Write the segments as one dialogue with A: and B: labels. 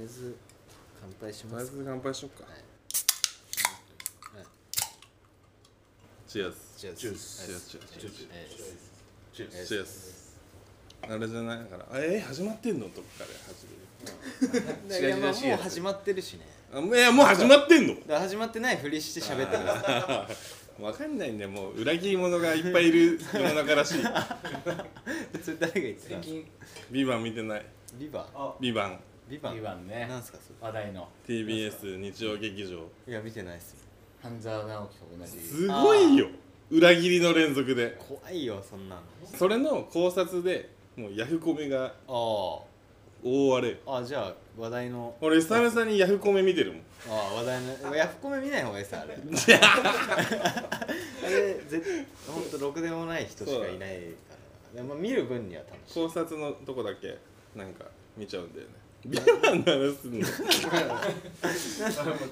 A: えず乾杯し
B: とり
A: ま
B: あえ
A: すか
B: ず乾杯しよっか
A: はいはい
B: チェア
A: チェア
B: チェア
A: ス
B: チェアチェアチェア
A: え
B: チェア
A: ー
B: チェアあれじゃないだからあえー、始まってんのとこから始め
A: だ
C: 違う違う違う
A: からもう始まってるしね
B: るあいやもう始まってんの
A: だから始まってないふりして喋ってください
B: わかんないんだよもう裏切り者がいっぱいいる世の中らしい
A: それ誰が言ってた
C: 最近
B: ビバン見てない
A: ビバ
C: あ
B: ビバン
A: ビバ
C: 2番ね
A: なんすかそれ
C: 話題の
B: TBS 日曜劇場
A: いや見てないっすよ
C: 半沢直樹と同じ
B: すごいよ裏切りの連続で
A: 怖いよそんなの
B: それの考察でもうヤフコメが
A: あ
B: 大荒れ
A: ーあじゃあ話題の
B: 俺久々にヤフコメ見てるもん
A: ああ話題のヤフコメ見ない方がいいさあれあれぜほんとろくでもない人しかいないからでも見る分には楽しい
B: 考察のとこだけなんか見ちゃうんだよね ビバンの話すんの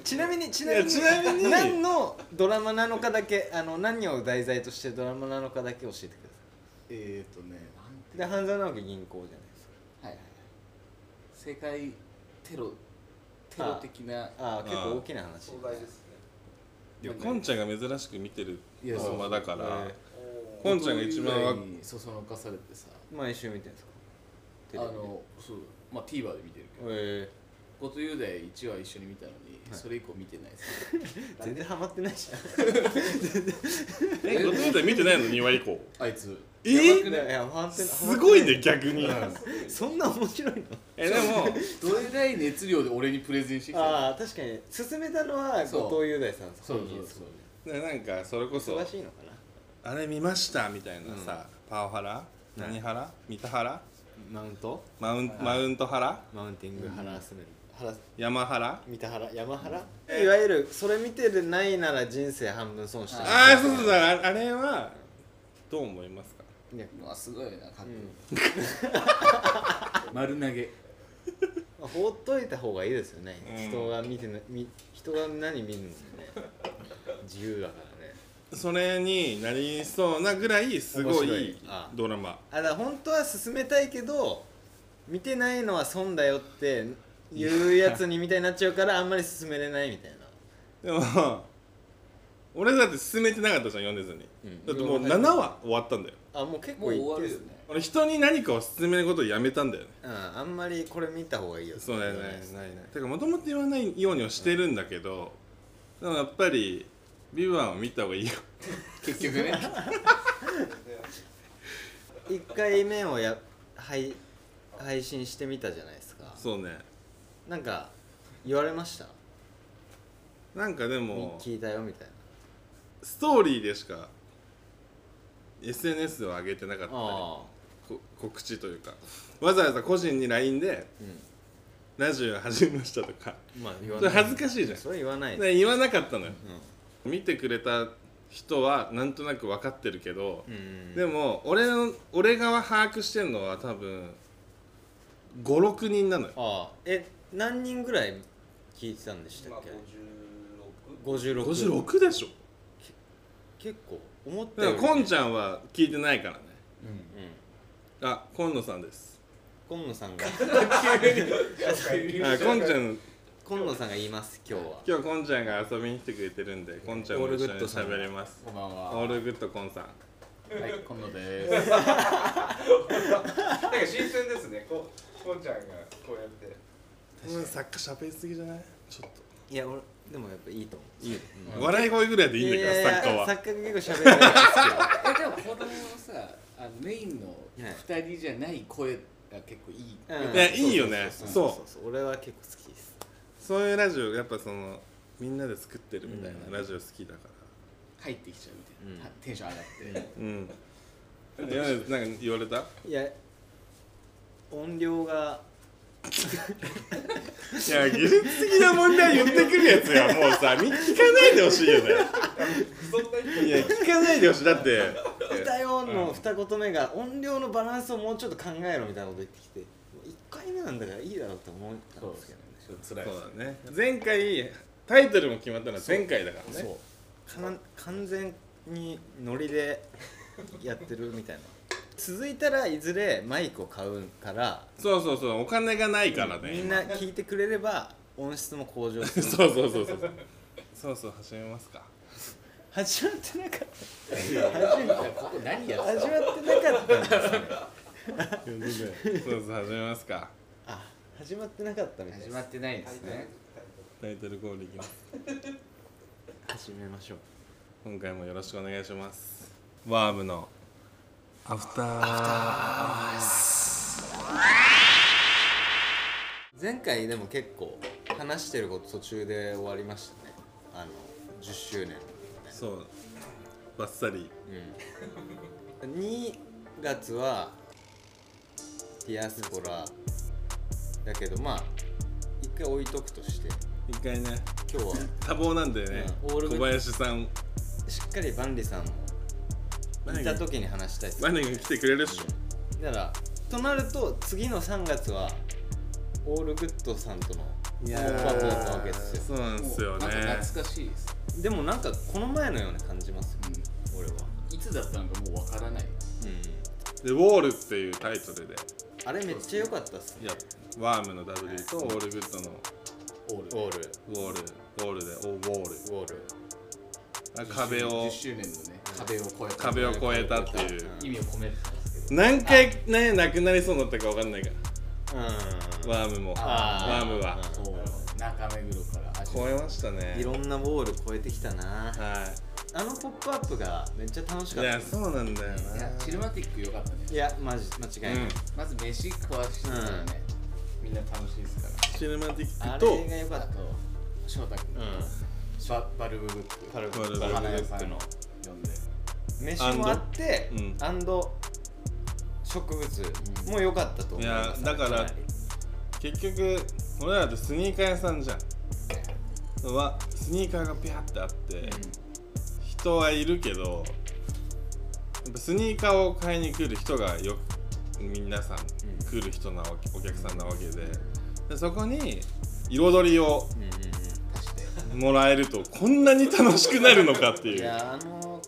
A: ちなみにちなみに
B: いやちなみに
A: 何のドラマなのかだけあの何を題材としてドラマなのかだけ教えてくだ
C: えーとねなん
A: さいで半沢直樹銀行じゃないです
C: はいはいはい世界テロテロ的な
A: かああ結構大きな話
D: 壮大ですね。
B: いやこんちゃんが珍しく見てる
C: いや
B: ドラマだから、
A: そう
D: お
B: こんちゃんが一番わ
C: 音楽にそそのかされてさ
A: 毎週見てるんですか
C: あのそうまあ TVer で見てるけど
A: え
C: 「ゴトユーダイ」1話一緒に見たのにそれ以降見てないです
A: ー、全然ハマってないじゃん
B: えごめんなさい見てないの2話以降
C: あいつ
B: え
A: いやいやハマってな
B: すごい
A: ハマって
B: ね逆に
A: ないそんな面白いの
B: えでも
C: どれぐらい熱量で俺にプレゼンしてきたの
A: ああ確かに勧めたのは
C: そう
A: 後藤雄大さんです
C: そうそうそう
B: ねなんかそれこそ
A: 忙しいのか
B: あれ見ましたみたいなさ、パワハラ何ハラ三田ハラ
A: なマウント
B: マウンマウントハラ
A: マウンティングハラスメントハラス
B: 山ハラ
A: 三田原山原、いわゆるそれ見てるないなら人生半分損した
B: ああそうそうそうああれはどう思いますか
A: いや
C: うわすごいなかっこいい
A: うん
C: 丸投げ
A: まあ放っといた方がいいですよね、
B: うん
A: 人が見てなみ人が何見るのもね自由だからね
B: それになりそうなぐらいすご
A: 面白
B: い
A: いあ
B: ドラマ
A: あだから本当は進めたいけど見てないのは損だよって言うやつにみたいになっちゃうからあんまり進めれないみたいな
B: でも 俺だって進めてなかったじゃん米津に、
A: うん
B: だってもう7話終わったんだよ
A: あもう結
C: も
A: 構
C: う
A: い
C: 終わ
A: って
C: る
A: る
C: よね
B: 俺人に何かを勧めることをやめたんだよね
A: うんあんまりこれ見た方がいいよ
B: そうだよね
A: って
B: ないないてかもともと言わないようにはしてるんだけど、でもやっぱり「ビバンを見た方がいいよ
C: 結局ね
A: 一回目をや配配信してみたじゃないですか
B: そうね
A: なんか言われました
B: なんかで
A: み
B: も
A: 聞いたよみたいな
B: ストーリーでしか SNS では上げてなかったり
A: ああ
B: こ告知というかわざわざ個人に LINE で
A: う
B: 「ラジオ始めました」とか
A: んまあ言わ
B: それ恥ずかしいじゃん
A: それ言わない
B: だから言わなかったのよ、見てくれた人はなんとなく分かってるけど、
A: うん
B: でも俺の俺が把握してるのは多分56人なのよ
A: ああえ何人ぐらい聞いてたんでした
D: 今
A: っ
D: 五
A: け
D: 十六。
A: 56
B: 56でしょ
A: 結構思った
B: だ
A: よ
B: から
A: り
B: こんちゃんは聞いてないからね
C: うん
A: うん
B: あ今野さんです
A: 今野さんが
B: あこんちゃん
A: 今野さんが言います今日は
B: 今日こんちゃんが遊びに来てくれてるんでこんちゃんも一緒に喋れます
C: こんばんは
B: オールグッドコンさん
C: はい今野です
D: なんか新鮮ですね。ここんちゃんがこうやって。
B: うん作家喋りすぎじゃないちょっと
A: いや俺でもやっぱいいと思ういい
B: 笑い声ぐらいでいいんだから作家は
A: 作家結構喋れないです
C: えでも子供のさあのメインの二人じゃない声が結構いい、
A: うん
C: よ かっ
B: い
C: た
B: やいいよね
C: そうそう
B: そう
A: そうそう俺は結構好きです
B: そういうラジオやっぱそのみんなで作ってるみたいなラジオ好きだから
C: 入ってきちゃうみたいな、
A: うん
C: テンション上がって
B: うんいやなんか言われたい
A: いや音量が
B: や技術的な問題言ってくるやつがもうさみ聞かないでほしいよね
D: そんな人
B: いや聞かないでほしいだって
A: 「歌よ」の二言目が音量のバランスをもうちょっと考えろみたいなこと言ってきて1回目なんだからいいだろうと思ったんですけどね
C: ちょっと辛い
B: そうだね前回タイトルも決まったのは前回だからね
A: そうかん完全にノリでやってるみたいな続いたらいずれマイクを買うから
B: そうそうそうお金がないからね
A: みんな聞いてくれれば音質も向上す
B: 今
A: る
B: そうそうそうそうそうそう始めますか
A: 始まってなかっ
C: ここ何や
A: た
C: って
A: 始
C: た
A: まってなかったんですね
B: そうそう始めますか
A: あ始まってなかったみたいで
C: 始
A: す
C: まってないですね
B: タイトルコールいきます
A: 始めましょう
B: 今回もよろしくお願いしますワームのアフター
A: 前回でも結構話してること途中で終わりましたねあの10周年
B: そうバッサリ
A: うん2月はディアスポラだけどまあ一回置いとくとして
B: 一回ね
A: 今日は
B: 多忙なんでね、
A: うんオール
B: 小林さん
A: しっかりバンリさんも
B: バ
A: い
B: ネ
A: た
B: が
A: 時に話したいです
B: バネが来てくれるっしょ
A: だからとなると次の3月はオールグッドさんとのオーバーボーわけですよ
B: そうなんですよね
C: もうなんか懐かしいです、
A: でもなんかこの前のような感じますよ俺は
C: うん、いつだったのかもうわからない
A: うん
B: で「ウォール」っていうタイトルで
A: あれめっちゃ良かったっすね
B: やワームの W とオールグッドの
C: オール
A: オール
B: ウォールウォールでおウォール
A: ウォール
B: あ壁を
C: 10周年のね壁を越えた
B: 壁を越えたっていう
C: 意味を込めてたんですけど
B: 何回ねなくなりそうになったか分かんないか
A: うん
B: らワームもワームは
C: そう中目黒から足
B: 超えましたね
A: いろんなウォール超えてきたな
B: は
A: あの「ポップアップがめっちゃ楽し
B: い
A: か
B: い
A: っ
B: や
A: た
B: そうなんだよ
C: いや
B: な
C: シルマティック良かったね
A: いやマジ間違いない、
B: う
C: まず飯食わしてたらね、みんな楽しいですか
B: シネマティッ
A: あ
B: クと
A: れが良から
C: あ
A: っ
C: と翔太君、
A: たうん
C: ババルブブック
A: パル
B: バルブ
A: バル
C: 花
A: ブ
C: 屋
A: ル
C: さ
A: ック
C: ん
A: の
C: 呼んで
A: 飯もあって
B: アンドうん
A: アンド,、植物も良かったと思います、
B: いやだから
A: かなり
B: 結局俺らってスニーカー屋さんじゃんはスニーカーがピャってあって、人はいるけどやっぱスニーカーを買いに来る人がよく皆さん
A: ん
B: 来る人なわけお客さんなわけででそこに彩りを
A: うんうん
C: 足して
B: もらえるとこんなに楽しくなるのかって
A: うん、
B: い
A: いうやあの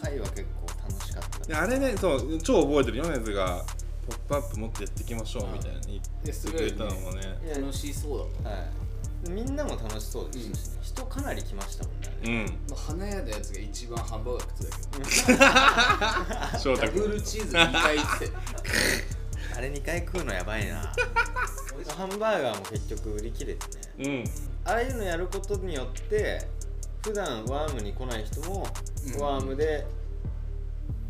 A: 回は結構楽しかった
B: であれねそう超覚えてる米津が「ポップアップもっとやっていきましょう」みたいに言ってくれたのもね
A: いや
C: 楽しそうだもん
A: はいみんなも楽しそうでしたし、人かなり来ましたもんね、
B: うん
C: まあ花屋のやつが一番ハンバーガー食ってたけ
B: 翔
C: どダ
B: 太
C: ブ
B: 君
C: ルチーズ2回いって
A: あれ2回食うのやばいなハンバーガーも結局売り切れてね
B: うん
A: ああいうのやることによって普段ワームに来ない人も、
C: うん
A: ワームで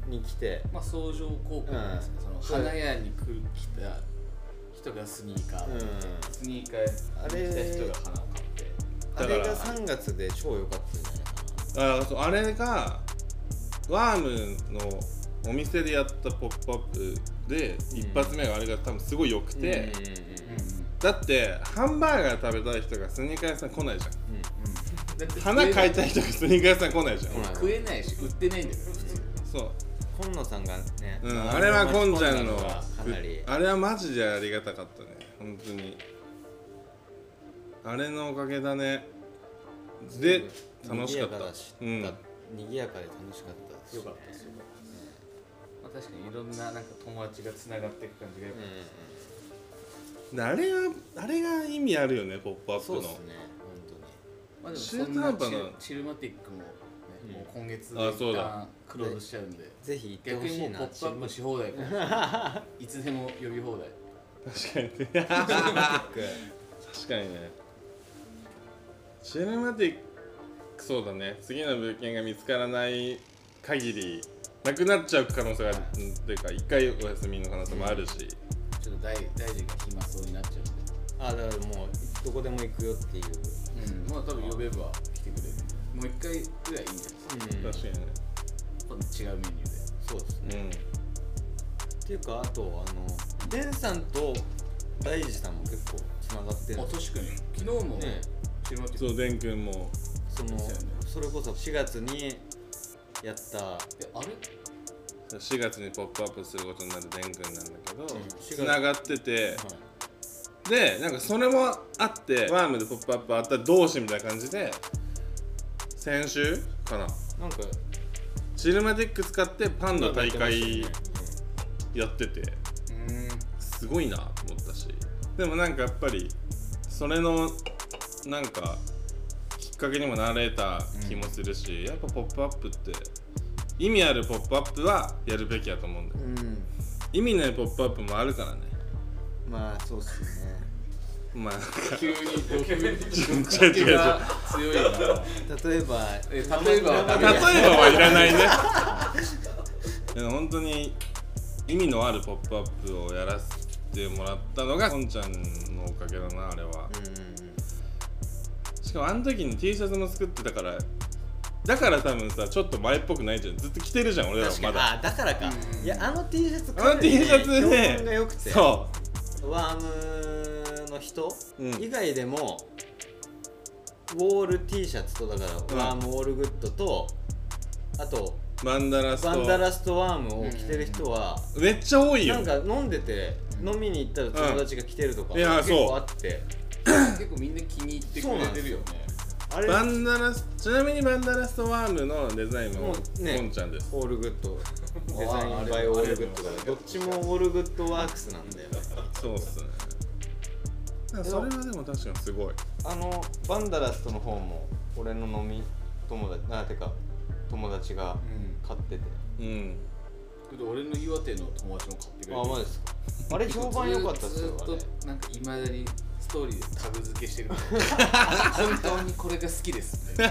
A: に来て
C: まあ相乗効果なんですか、
A: うん
C: その花屋に来る来た人がスニーカー、
A: う
C: スニーカーに来た人が花を買って
A: んあ
B: だから
A: れが3月で超良かったんじゃないか
B: あそうあれがワームのお店でやった「ポップアップで
A: ん
B: 一発目があれが多分すごい良く
A: な
B: て、
A: うんうん
B: だってハンバーガー食べたい人がスニーカー屋さん来ないじゃん
A: うんうん
C: だって
B: 花
C: 食えな
B: 買いたい人がスニーカー屋さん来ないじゃん、
A: 来ない
C: 食えないし売ってないんだよ普通
B: そう
A: 今野さんがね、
B: うん、あれはこんちゃんの
A: かなり
B: あれはマジでありがたかったね本当にあれのおかげだねで楽しか
A: 賑や
B: っ
A: か
B: た
A: だし
B: うん
A: だ賑やかで楽しかったですね
C: よかったですよ、まあ、確かにいろんななんか友達がつながっていく感じがやっ
A: うん
C: ぱ
A: うん
B: であれはあれが意味あるよね「ポップアップ
A: そう
B: の
A: ですね本当に
C: まあでもそ
B: 中途
C: んな
B: 半
C: チ
B: 端な
C: ルチルマティックも,、ね
A: うん
C: もう今月
B: あそうだ
C: 旦クローズしちゃうんで
A: ぜひ行って
C: 逆
A: ほ
C: に
A: しい
C: も
A: う
C: 「
A: な
C: ポップアップし放題かもしれないいつでも呼び放題
B: 確かにね 確かにねシネマティックそうだね次の物件が見つからない限りなくなっちゃう可能性があるうんっていうか一回お休みの可能性もあるし、
C: ちょっと大大臣が暇そうになっちゃ
A: あだからもうどこでも行くよっていう、
C: うんで、うん、まあ多分呼べば来てくれるもう一回ぐらいいいんじゃないですか
B: 確かにね
C: 今度違うメニューで
A: そうですね、
B: うん
A: っていうかあとあのデンさんと大二さんも結構つながってる
C: あ
A: ん
C: 確
A: で
C: かに昨日も
A: ね
C: チルマティック
B: そうでんくんも
A: その
C: そうですよね
A: それこそ4月にやった
C: えあれ
B: 4月に「ポップアップすることになるでんくんなんだけど
A: うん
B: つながっててでなんかそれもあってワームで「ポップアップあった同士みたいな感じで先週かな
A: なんか
B: シルマティック使ってパンの大
A: なんかやってま
B: 会
A: したね
B: やってて
C: うん
B: すごいなと思ったしでもなんかやっぱりそれのなんかきっかけにもなれた気もするし、やっぱ「ポップアップって意味ある「ポップアップはやるべきやと思うんだよ
A: うん
B: 意味ない「ポップアップもあるからね
A: まあそうっすね
B: まあなんか
C: 急に呼
B: 違う
C: 吸
B: 違う違う例えば
C: 強いな
A: 例えば
C: え例えばはダメだよ
B: はい らないねでも本当に意味のある「ポップアップをやらせてもらったのがこんちゃんのおかげだなあれは
A: うんうん
B: しかもあの時に T シャツも作ってたからだから多分さちょっと前っぽくないじゃんずっと着てるじゃん俺らも
A: 確か
B: ま
A: に
B: だ
A: あだからか
C: うん
A: いやあの T シャツ
B: あの T シャツ
A: ね
B: ね
A: 評判が良くて
B: そ
A: ワームの人
B: う、うん、
A: 以外でもウォール T シャツとだから、
B: うん
A: ワームウォールグッドとあと
B: バンダラス
A: バンダ
B: ト
A: ラストワームを着てる人は、
B: めっちゃ多いよ
A: なんか飲んでて、
C: うん
A: 飲みに行ったら友達が来てるとか、
B: うんいや
A: 結構あって
C: 結構みんな気に入ってくれてるよね
A: あれ
B: バンダラスちなみにバンダラストワームのデザインも
A: もうね
B: こんちゃんです
A: オールグッドデザイ
C: あ
A: ン
C: ー
A: バイオールグッドだ
C: あ
A: か
C: れ
A: らどっちもオールグッドワークスなんだよね
B: そうっすねだからそれはでも確かにすごい
A: あのバンダラストの方も俺の飲み友達なてか友達が
C: うん
A: 買ってて、
B: うん
C: けど俺の岩手の友達も買ってくれてる
A: あマジですかあれ評判良かったっすよ
C: ず
A: あ
C: っ
A: れ
C: となんかいまだにストーリーでタグ付けしてるから本当にこれが好きですね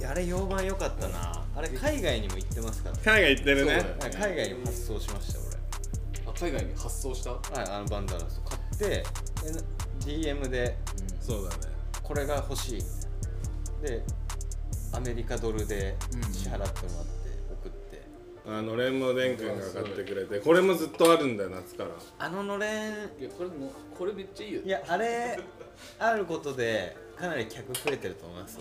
A: いやあれ評判良かったなあれ海外にも行ってますから
B: 海外行ってるね
C: そうだよね
A: 海外にも発送しました
C: あ海外に発送した、うん、
A: 俺はいあのバンダラスト買ってえな DM で
B: そうだね
A: これが欲しいでアメリカドルで支払ってもらって送って、
B: あのれんもでんくんが買ってくれてこれもずっとあるんだよ夏から
A: あののれん
C: いやこれもこれめっちゃいいよ
A: いやあれあることでかなり客増えてると思います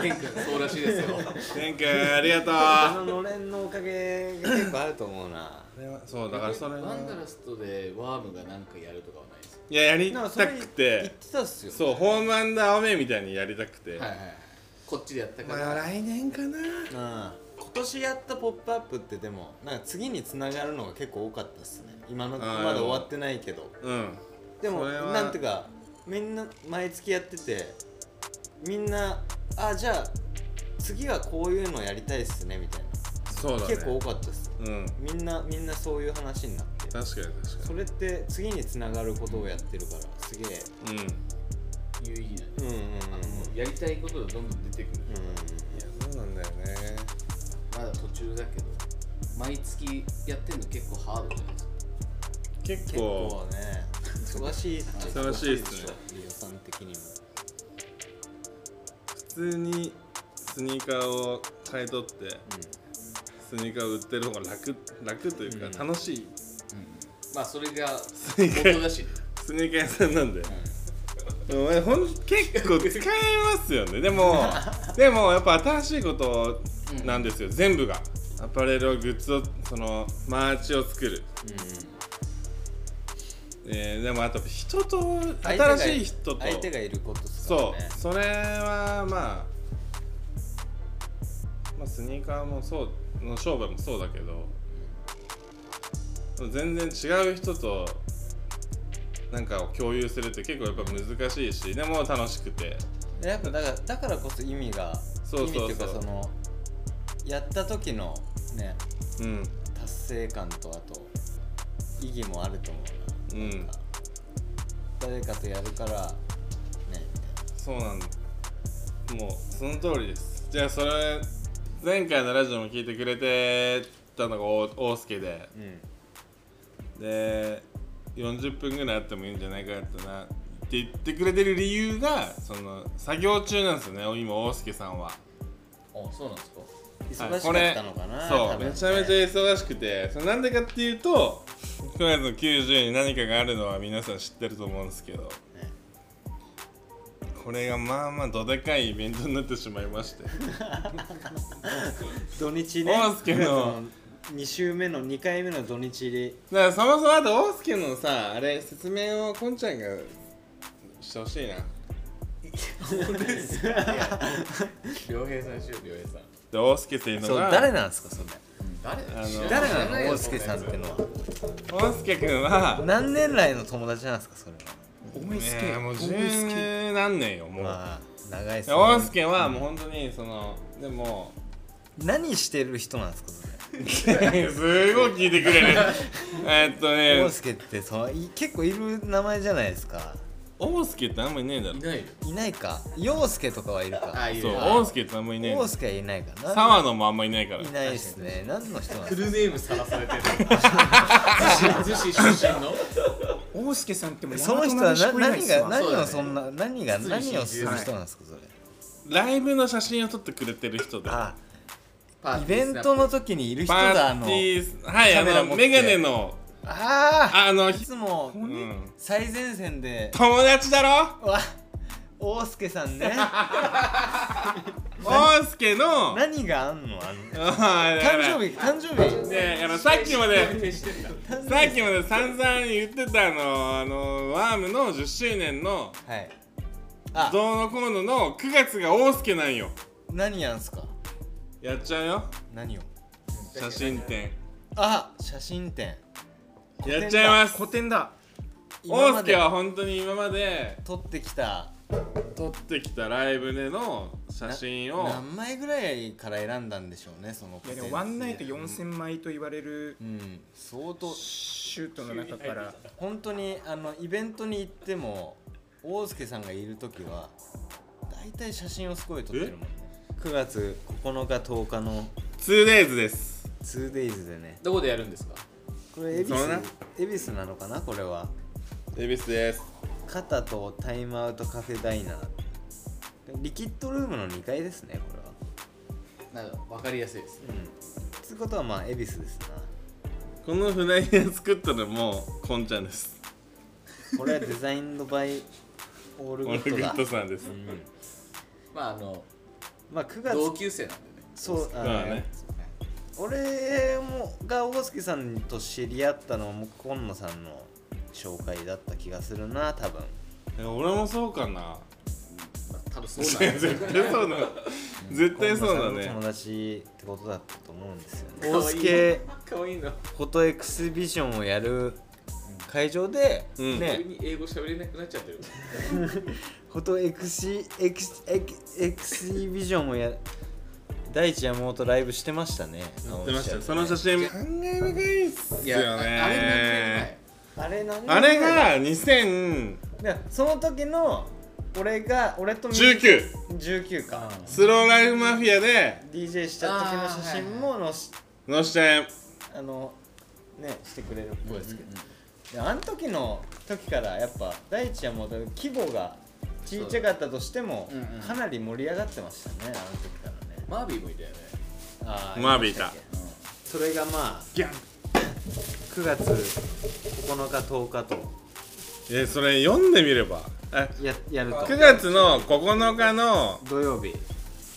C: 玄君そうらしいですよ
B: でんくんありがとう
A: あののれんのおかげが結構あると思う な
B: そうだからそれ
C: ワンダラ
B: ね
C: ストでワームがなんかやるとかはないですよ
B: いややり
A: なんか
B: た
A: それ
B: く
A: 言っててたっすよ
B: そうホームアンダーアメみたいにやりたくて
C: はいはいはいこっちでやったか
B: まあ
C: ら
B: 来年かな
A: うん今年やった「ポップアップってでもなんか次につながるのが結構多かったっすね今の
B: あ
A: ま
B: ー
A: だ終わってないけど
B: うん
A: でも
B: それは
A: なんていうかみんな毎月やっててみんなあじゃあ次はこういうのやりたいっすねみたいな、
B: そうだね
A: 結構多かったっす
B: うん
A: みんなみんなそういう話になって
B: 確かに確か
A: それって次につながることをやってるからすげえ
B: にうんいや
C: 有意義なね
A: うんうんうん
C: あのもうやりたいことがどんどん出てくる、
B: そうなんだよね
C: まだ途中だけど毎月やってんの結構ハードじゃないですか
B: 結
A: 結
B: 構
A: 構ね忙しいっちゃ
B: 忙しいっすね
A: リオさん的にも
B: 普通にスニーカーを買い取ってスニーカーを売ってる方が楽楽という
A: うん
B: か楽しい
C: まあそれが
B: スニーカ
C: 元
B: ー
C: だしね、
B: スニーカー屋さんなんでお前ほん結構使えますよねでも でもやっぱ新しいことなんですよ全部がアパレルをグッズをそのマーチを作る、えーでもあと人と新しい人と
A: 相手がいることっすから
B: そ
A: ね
B: うそれはまあまあスニーカーもそうの商売もそうだけど全然違う人となんかを共有するって結構やっぱ難しいしでも楽しくて
A: やっぱだからだからこそ意味が
B: そうそうそう
A: 意味っていうかそのやった時のね
B: うん
A: 達成感とあと意義もあると思うな,、
B: うん
A: なんか誰かとやるからねみ
B: そうなんだもうその通りですじゃあそれ前回のラジオも聞いてくれてたのがお大介で
A: たいな
B: で40分ぐらいあってもいいんじゃないかってなって言ってくれてる理由がその作業中なんですよね今大介さんは
C: あそうなんですか
A: うん、忙しかったのかな、
B: そ
A: 多
B: う
A: 分ね
B: めちゃめちゃ忙しくてそれなんでかっていうと9月の90に何かがあるのは皆さん知ってると思うんですけどこれがまあまあどでかいイベントになってしまいまして
A: 土日ね
B: 大輔の
A: 2週目の2回目の土日で
B: だからそもそもあと大介のさあれ説明をこんちゃんがしてほしいな
C: 良平さんしよう良平さん
B: で大介っていうのが
A: なんですかそれ
C: うん誰
B: あの
C: 知ら
A: 誰
C: い
A: なの大
C: 知ら
A: 輔さんってのは
B: 大輔君は
A: 何年来の友達なんですかそれは
C: お前好き
B: えーもう
C: お前好き
B: 十何年よもう、
A: まあ長いですね
B: 大輔はもう本当にその でも
A: 何してる人なんですかそれ
B: すごい聞いてくれる えっとね
A: 大輔ってそうい結構いる名前じゃないですか
B: 大輔ってあんまりいねえだろ
C: いないよ
A: いないか陽介とかはいるか
C: あい
B: そう
C: る
B: 大輔ってあんまりいねえんだ
A: 陽介はいないかな
B: 沢野もあんまいないから
A: いないですね何の人なんで
C: フ
A: すか
C: ルネームさらされてる逗子出身の
E: 大輔さんってもう
A: その人
E: 大和
A: は
E: なでし
A: な
E: こいない
A: 何
E: っすわ
A: が何
C: そうだ
A: を
C: ね
A: そんな何が
C: 失礼し
A: 何をする人なんですかそれ
B: ライブの写真を撮ってくれてる人で
A: あ
C: パー
A: イ
C: ティ
A: ベ
C: ー
A: ン
C: スナップ
A: トの時にいる人
B: パ
A: だあ
B: ー
A: の
B: ティーはい
A: カメラ
B: あ
A: 持
B: の
A: って
B: メガネの
A: あ
B: あの
A: あいつも
B: うん
A: 最前線で
B: 友達だろ
A: わ大輔さ んね
B: 大輔の
A: 何があんのあの誕
B: 誕
A: 生日誕生日
B: ねあのさっきまでさ
A: 誕生日
B: っきまで散々言ってたあのあのワームの10周年の
A: はいあ
B: どうのこうのの9月が大輔なんよ
A: 何やんすか
B: やっちゃうよ
A: 何を
B: 写真展
A: あ写真展
B: やっちゃいます
E: 古典だ
A: 今
B: 大
A: ま
B: 輔
A: で
B: は本当に今まで
A: 撮ってきた
B: 撮ってきたライブでの写真を
A: 何枚ぐらいから選んだんでしょうねその
E: いやでもワンナイト4000枚と言われる
A: うん相当
E: シュートの中から
A: 本当にあのイベントに行っても大輔さんがいる時は大体写真をすごい撮ってるもんね9月9日10日の
B: 2days です
A: 2days でね
C: どこでやるんですか
A: これ恵比寿
B: そうね
A: 恵比寿なのかなこれは
B: 恵比寿です
A: 肩とタイムアウトカフェダイナーリキッドルームの2階ですねこれは
C: なんか分かりやすいですね
A: うんつうことはまあ恵比寿ですな
B: このフライヤー作ったのもこんちゃんです
A: これはデザインドバイオールグ
B: オルグ
A: ッドだ
B: ッドさんです
A: うん
C: まああの
A: まあ9
C: 同
A: 月
C: 級生なんでね
A: そうあの
B: まあね
A: 俺もが大輔さんと知り合ったのも今野さんの紹介だった気がするな多分
B: いや俺もそうかな
C: まあ多分そうなんですよ
B: 絶対そうだ絶対そうだ
A: 今野さんの
B: ね
A: 友達ってことだったと思うんですよね
C: 可
A: 大
C: 愛い
A: 輔
C: 可愛いの
A: フォトエクスビジョンをやる会場で、
B: うん
A: ね
C: 急に英語喋れなくなっちゃってる
A: フォトエクシエクシエクエクシビジョンをや第一山本ライブしてましたね
B: やってましたよ
A: 青
B: そ
A: の
B: の
A: 写
B: 写真考え深いっす
C: い
B: よ
C: やああれなんじゃない
B: ね
A: 真あれなん
B: あれが2019
A: その時の俺が俺とみ19か
B: スローライフマフィアで
A: DJ した時の写真ものし
B: のしちゃえ
A: あのねしてくれるっぽいですけど、であの時の時からやっぱ第一山本規模が小さかったとしても、
C: そううんうん
A: かなり盛り上がってましたねあの時からね
C: マービーもいたよね
A: あ
B: マービーいた
A: それがまあ
E: ギャン
A: 9月9日10日と
B: えそれ読んでみればあ
A: ややると
B: 9月の9日の
A: 土曜日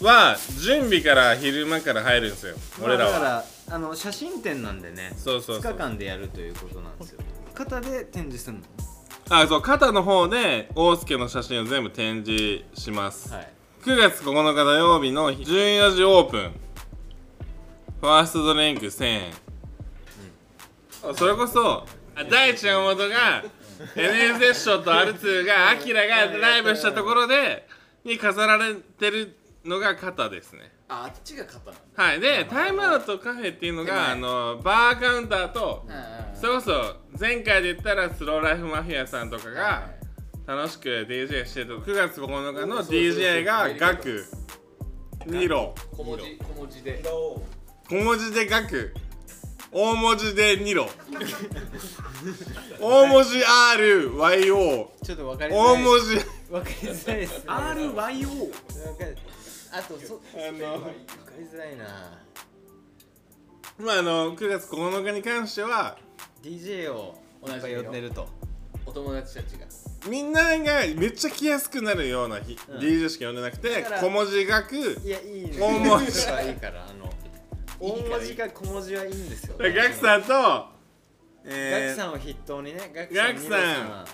B: は準備から昼間から入るんですよ俺
A: ま
B: ら
A: あ
B: は
A: だからあの写真展なんでね
B: そうそうそう
A: 2日間でやるということなんですよ肩で展示するの
B: あそう肩の方で大輔の写真を全部展示します、
A: はい
B: 9月9日土曜日の14時オープンファーストドリンク1000円、あそれこそあ大地山本が NSS 賞と R2 がアキラがライブしたところでに飾られてるのが肩ですね
C: ああっちが勝ったの
B: はいでタイムアウトカフェっていうの
C: 手前
B: があのバーカウンターとそれこそ前回で言ったらスローライフマフィアさんとかが楽しく DJ してると9月9日の DJ がガクニロ
C: 小文字小文字で
B: 小文字でガク大文字でニロ大文字 RYO
A: ちょっと分かりづら
B: 大
A: い
B: 文字
A: 分かりづらいですね
E: RYO
A: わかるあとそ
B: あの
A: 分かりづらいな
B: まああの9月9日に関しては
A: DJ をやっぱ呼んでると
C: お友達たちが
B: みんながめっちゃ来やすくなるような日、
A: うん
B: DJ しか呼んでなくて
A: だから
B: 小文字ガク
A: いやいいね
B: 大文字
A: はいいからあの大文字か小文字はいいんですよ
B: ガクさんと
A: ガク
B: え
A: さんを筆頭にねガク
B: ガクさん
A: さん
B: ー、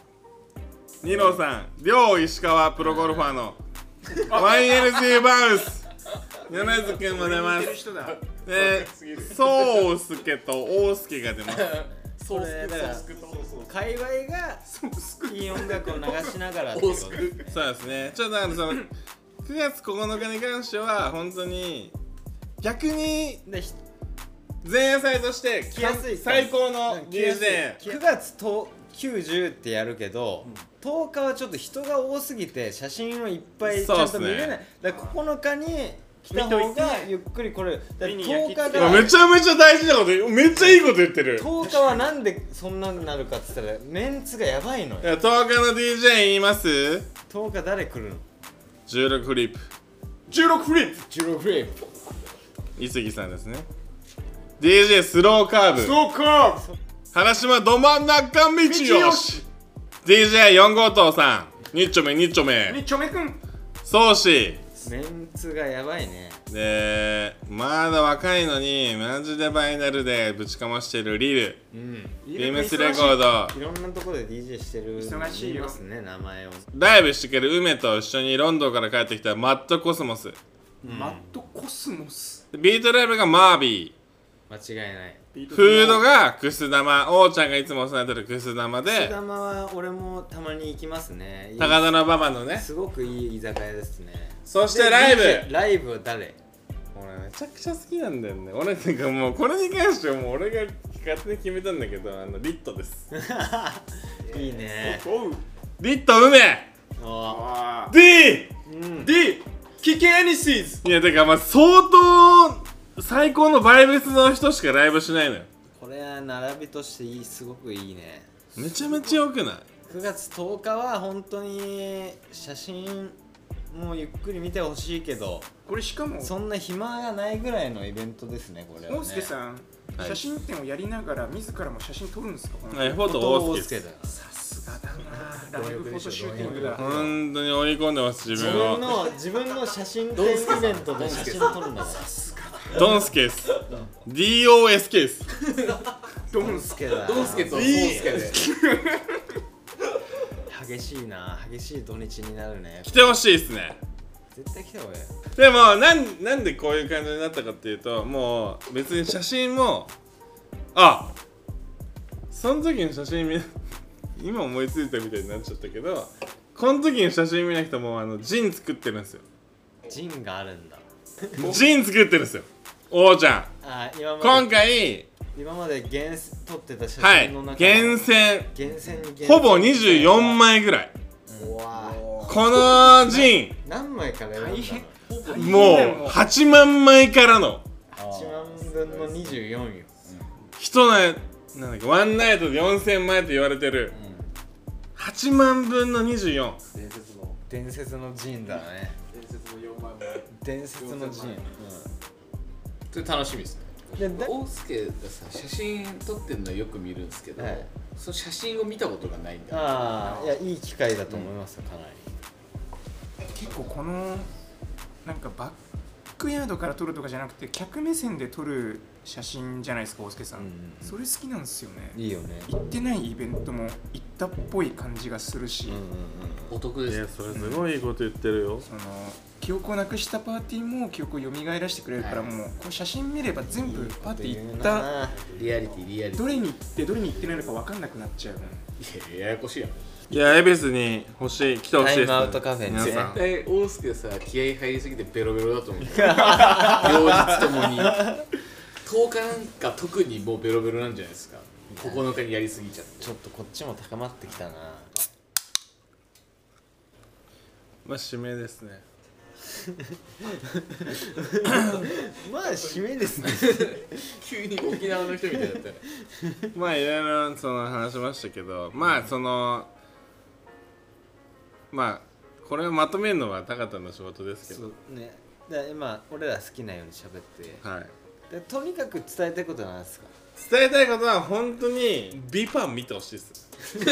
B: ニロさん、りょう石川プロゴルファーの 1LG バウンス米津くんも出ま
E: 似てる
B: す
E: 人だ
B: えー、そうすけと大すけが出ます。
A: それだから界隈がいい音楽を流しながらっていうことですね
B: そうですね。ちょっとだからその9月9日に関しては本当に逆に
A: でひ
B: 前夜祭として
A: 来やすいっす
B: 最高の
A: 来や
B: 偶
A: すい
B: 然。
A: 9月と90ってやるけど、10日はちょっと人が多すぎて写真をいっぱいちゃんと見れない、
B: そうっす
A: だから9日に来た方がゆっくり来れるだから
F: 見に焼き
A: 10日
F: 付け
B: うわ
A: が
B: めちゃめちゃ大事なことめっちゃいいこと言ってる。
A: 10日はなんでそんなになるかって言ったらメンツがやばいの
B: い
A: よ
B: や10日の DJ 言います
A: 10日誰来るの
B: ?16 フリップ。
F: 16フリップ
A: 16フレーム
B: 伊関さんですね。DJ スローカーブ。
F: そうか
B: 原島ど真ん中道
F: 道
B: よ
F: よ
B: し
F: し
B: DJ4 号棟さん2丁目2丁目
E: にちょめくん
B: 宗師
A: メンツがやばいね
B: でまだ若いのにマジでバイナルでぶちかましてるリル
A: うん
B: ビームスレコード
A: いろんなところで DJ してる
E: 忙しいよ
A: 見ますね名前を
B: ライブしてくる梅と一緒にロンドンから帰ってきたマットコスモス
E: マットコスモス
B: ビートライブがマービ
A: 間違いない
B: ーフードがくす玉おーちゃんがいつもお世話になってるくす玉
A: く
B: です
A: 玉は俺もたまに行きますねいい
B: 高田の馬場のね
A: すごくいい居酒屋ですね
B: そしてライブ
A: で DJ ライブは誰
B: 俺めちゃくちゃ好きなんだよね俺なんかもうこれに関してはもう俺が勝手に決めたんだけどあのリットです
A: いいね
F: おう
B: リット梅
A: あ
F: あ
B: D!
A: ーうん
F: D キケエニシーズ
B: いやだからまあ相当最高のバイブスの人しかライブしないのよ
A: これは並びとしていいすごくいいね
B: めちゃめちゃ良くない
A: 9月10日は本当に写真もうゆっくり見てほしいけど
E: これしかも
A: そんな暇がないぐらいのイベントですねこれはね
E: 大輔さん
B: はい
E: 写真展をやりながら自らも写真撮るんですかこの人
B: はいフォト
A: 後
B: 大好
A: 藤
B: き
A: 大
B: です
A: 輔だ
E: さすがだなライブフォトシューティングだ
B: 本当に追い込んでます自
A: 自
B: 分
A: 分
B: を
A: の自分の写真展イベントで写真撮るんだから
B: ドンスケです DOSK です
E: ドン
A: スケだ
C: ドンスケとソウスケで
A: 激しいな激しい土日になるね
B: 来てほしいですね
A: 絶対来た方がいい
B: でもなんなんでこういう感じになったかっていうともう別に写真もあその時の写真見 今思いついたみたいになっちゃったけどこの時の写真見なくてもあのジン作ってるんですよ
A: ジンがあるんだ
B: ジン作ってるんですよおーちゃん
A: あ今ま
B: 今
A: で
B: 回
A: 今まで厳選撮ってた写
B: はい
A: 真の中の
B: 厳選
A: 厳選に厳選
B: ほぼ24枚ぐらいう
A: わ
B: このジ
A: 何枚から選んだの
B: ンもう8万枚からの
A: 8万分の24よ
B: 人のなんだっけワンナイトで4000枚と言われてる、8万分の24
D: 伝説の
A: 伝説のジンだね
D: 伝説の4枚も
A: 伝説のジン
F: それ楽しみですね
A: でだ
C: 大輔がさ写真撮ってるのよく見るんですけど、
A: はい
C: その写真を見たことがないんだよ
A: ああいやいい機会だと思いますよかなり
E: 結構このなんかバックヤードから撮るとかじゃなくて客目線で撮る写真じゃないですか大輔さ
A: う
E: ん、
A: んうんうん
E: それ好きなんですよね
A: いいよね
E: 行ってないイベントも行ったっぽい感じがするし、
A: うんうん
C: お得
B: い
C: です
B: や
C: ね
B: それすごいいいこと言ってるよ、
E: その記憶をなくしたパーティーも記憶を蘇らせてくれるから
C: はい
E: もうこう写真見れば全部パーティー行
A: うん
E: った
C: リアリティリアリティ
E: どれに行ってどれに行ってないのか分かんなくなっちゃう
C: いやややこしいやん
B: いや恵比寿に欲しい来てほしいです、ね、
A: タイムアウトカフェに
B: 皆さん
C: 絶対大輔さ気合入りすぎてベロベロだと思う両日ともに10日なんか特にもうベロベロなんじゃないですか9日にやりすぎちゃって
A: ちょっとこっちも高まってきたな
B: まあ指名ですね
A: まあ締めですね
C: 急に沖縄の人みたいだったね
B: まあいろいろその話しましたけどまあそのまあこれをまとめるのは高田の仕事ですけ
A: そ
B: ど
A: うねだから今俺ら好きなように喋って
B: はい
A: でとにかく伝えたいことなんですか
B: 伝えたいことは本当にビパン見てほしいです
D: 最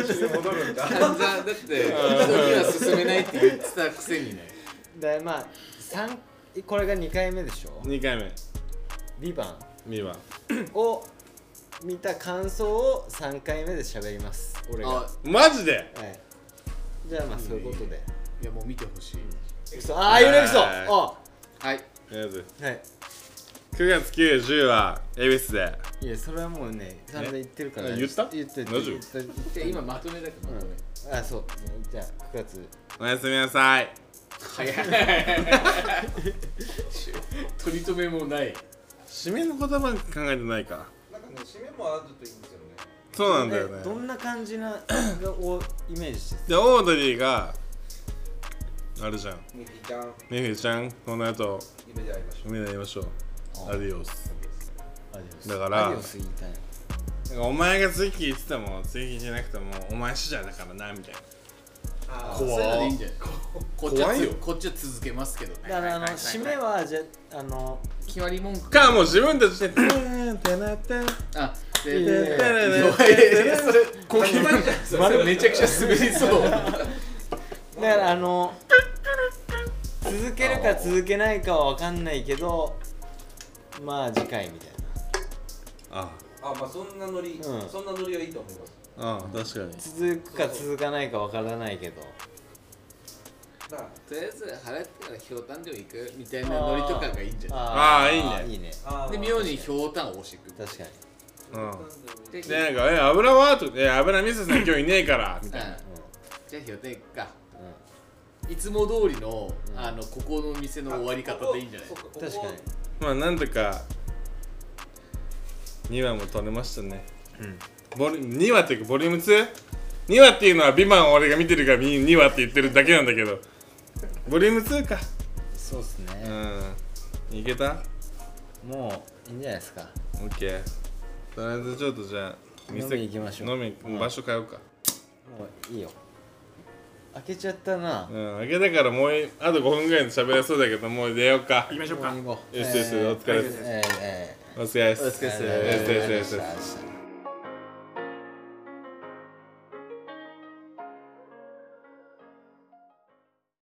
D: 初に戻るんだ
C: 散々だって人には進めないって言ってたくせにね
A: でまあ三これが2回目でしょ
B: 2回目
A: 「ビバ
B: 見は
A: ンを見た感想を3回目で喋ります俺がは
C: あ
B: マジで
A: いじゃあまあそういうことで
C: いやもう見てほしい
A: 嘘ああ言うね
B: はい
A: 嘘あ
C: はい
B: とりあえず
A: はい
B: 9月9、10は恵比寿で
A: いやそれはもうね散々言ってるから
B: え言った
A: 言って
B: 大丈夫
C: で今まとめだけどまとめ、
A: あそうじゃあ9月
B: おやすみなさい
C: 早い取り留めもない
B: 締めの言葉考えてないか
D: なんかね、締めもあるといいんですよね。
B: そうなんだよ
A: えど
B: ね
A: んな感じなをイメージして
B: でオードリーがあるじゃん
D: ミキちゃん、
B: メフィちゃんこの後
D: 夢で会いましょ
B: 海で会いましょうアディオス
A: アディオス
B: だから
A: アディオス言いたい
B: なんかお前が次期言ってても次期じゃなくてもお前次第だからなみたいな
D: う。あ
C: そういうのでいいんじゃないこっちは
B: 怖い
C: つ
B: よ
C: こっちは続けますけど
A: だ
C: ね
A: からあの締めはじゃあの
C: 決まり文句
B: かもう自分たちで「てなてなてな
C: あ
A: い
C: で
A: やい
C: で
A: やい
B: て
A: や
B: な
C: い
B: て
C: や
B: な
C: いやそれこ れそれめちゃくちゃ滑りそう
A: だからあの続けるか続けないかは分かんないけどまあ次回みたいな
B: あ
D: あ、まあそんなノリ、
A: うん
D: そんなノリはいいと思います。
B: あああ確かに
A: 続くか続かないか分からないけど
D: だから、
C: とりあえず払ってからひょうたんでも行くみたいなノリとかがいいんじゃな
B: あーいいね
A: いいね
D: あー
C: いで妙にひょうたんを押していく
A: 確かに
B: うん
C: で
B: でなんか「え油は?」とか「え油ミスさん今日いねえから」み
C: うん
B: たいな
C: じゃあひょうたん行くか
A: うんうん
C: いつも通りの
A: うん
C: あのここの店の終わり方でいいんじゃない
D: あここ
A: 確かに
B: まあなんとか2話も取れましたねボリ2話っていうかボリューム 2?2 話っていうのは「ビバンを俺が見てるから2話って言ってるだけなんだけどボリューム2か
A: そうっす
B: う
A: ね
B: んいけた
A: もういいんじゃないですか
B: ?OK とりあえずちょっとじゃあ
A: 飲み行きましょう
B: 飲み場所変えようか
A: もういいよ開けちゃったな
B: うんあげたからもういあと5分ぐらいで喋れそうだけどもう出ようか
E: 行きましょうか
A: もう行こう
B: よしよしお疲れ
A: えー
B: 様
A: えーえー
B: お疲れ様です
A: お疲れ様
B: お疲れ様です
A: ありがとうございました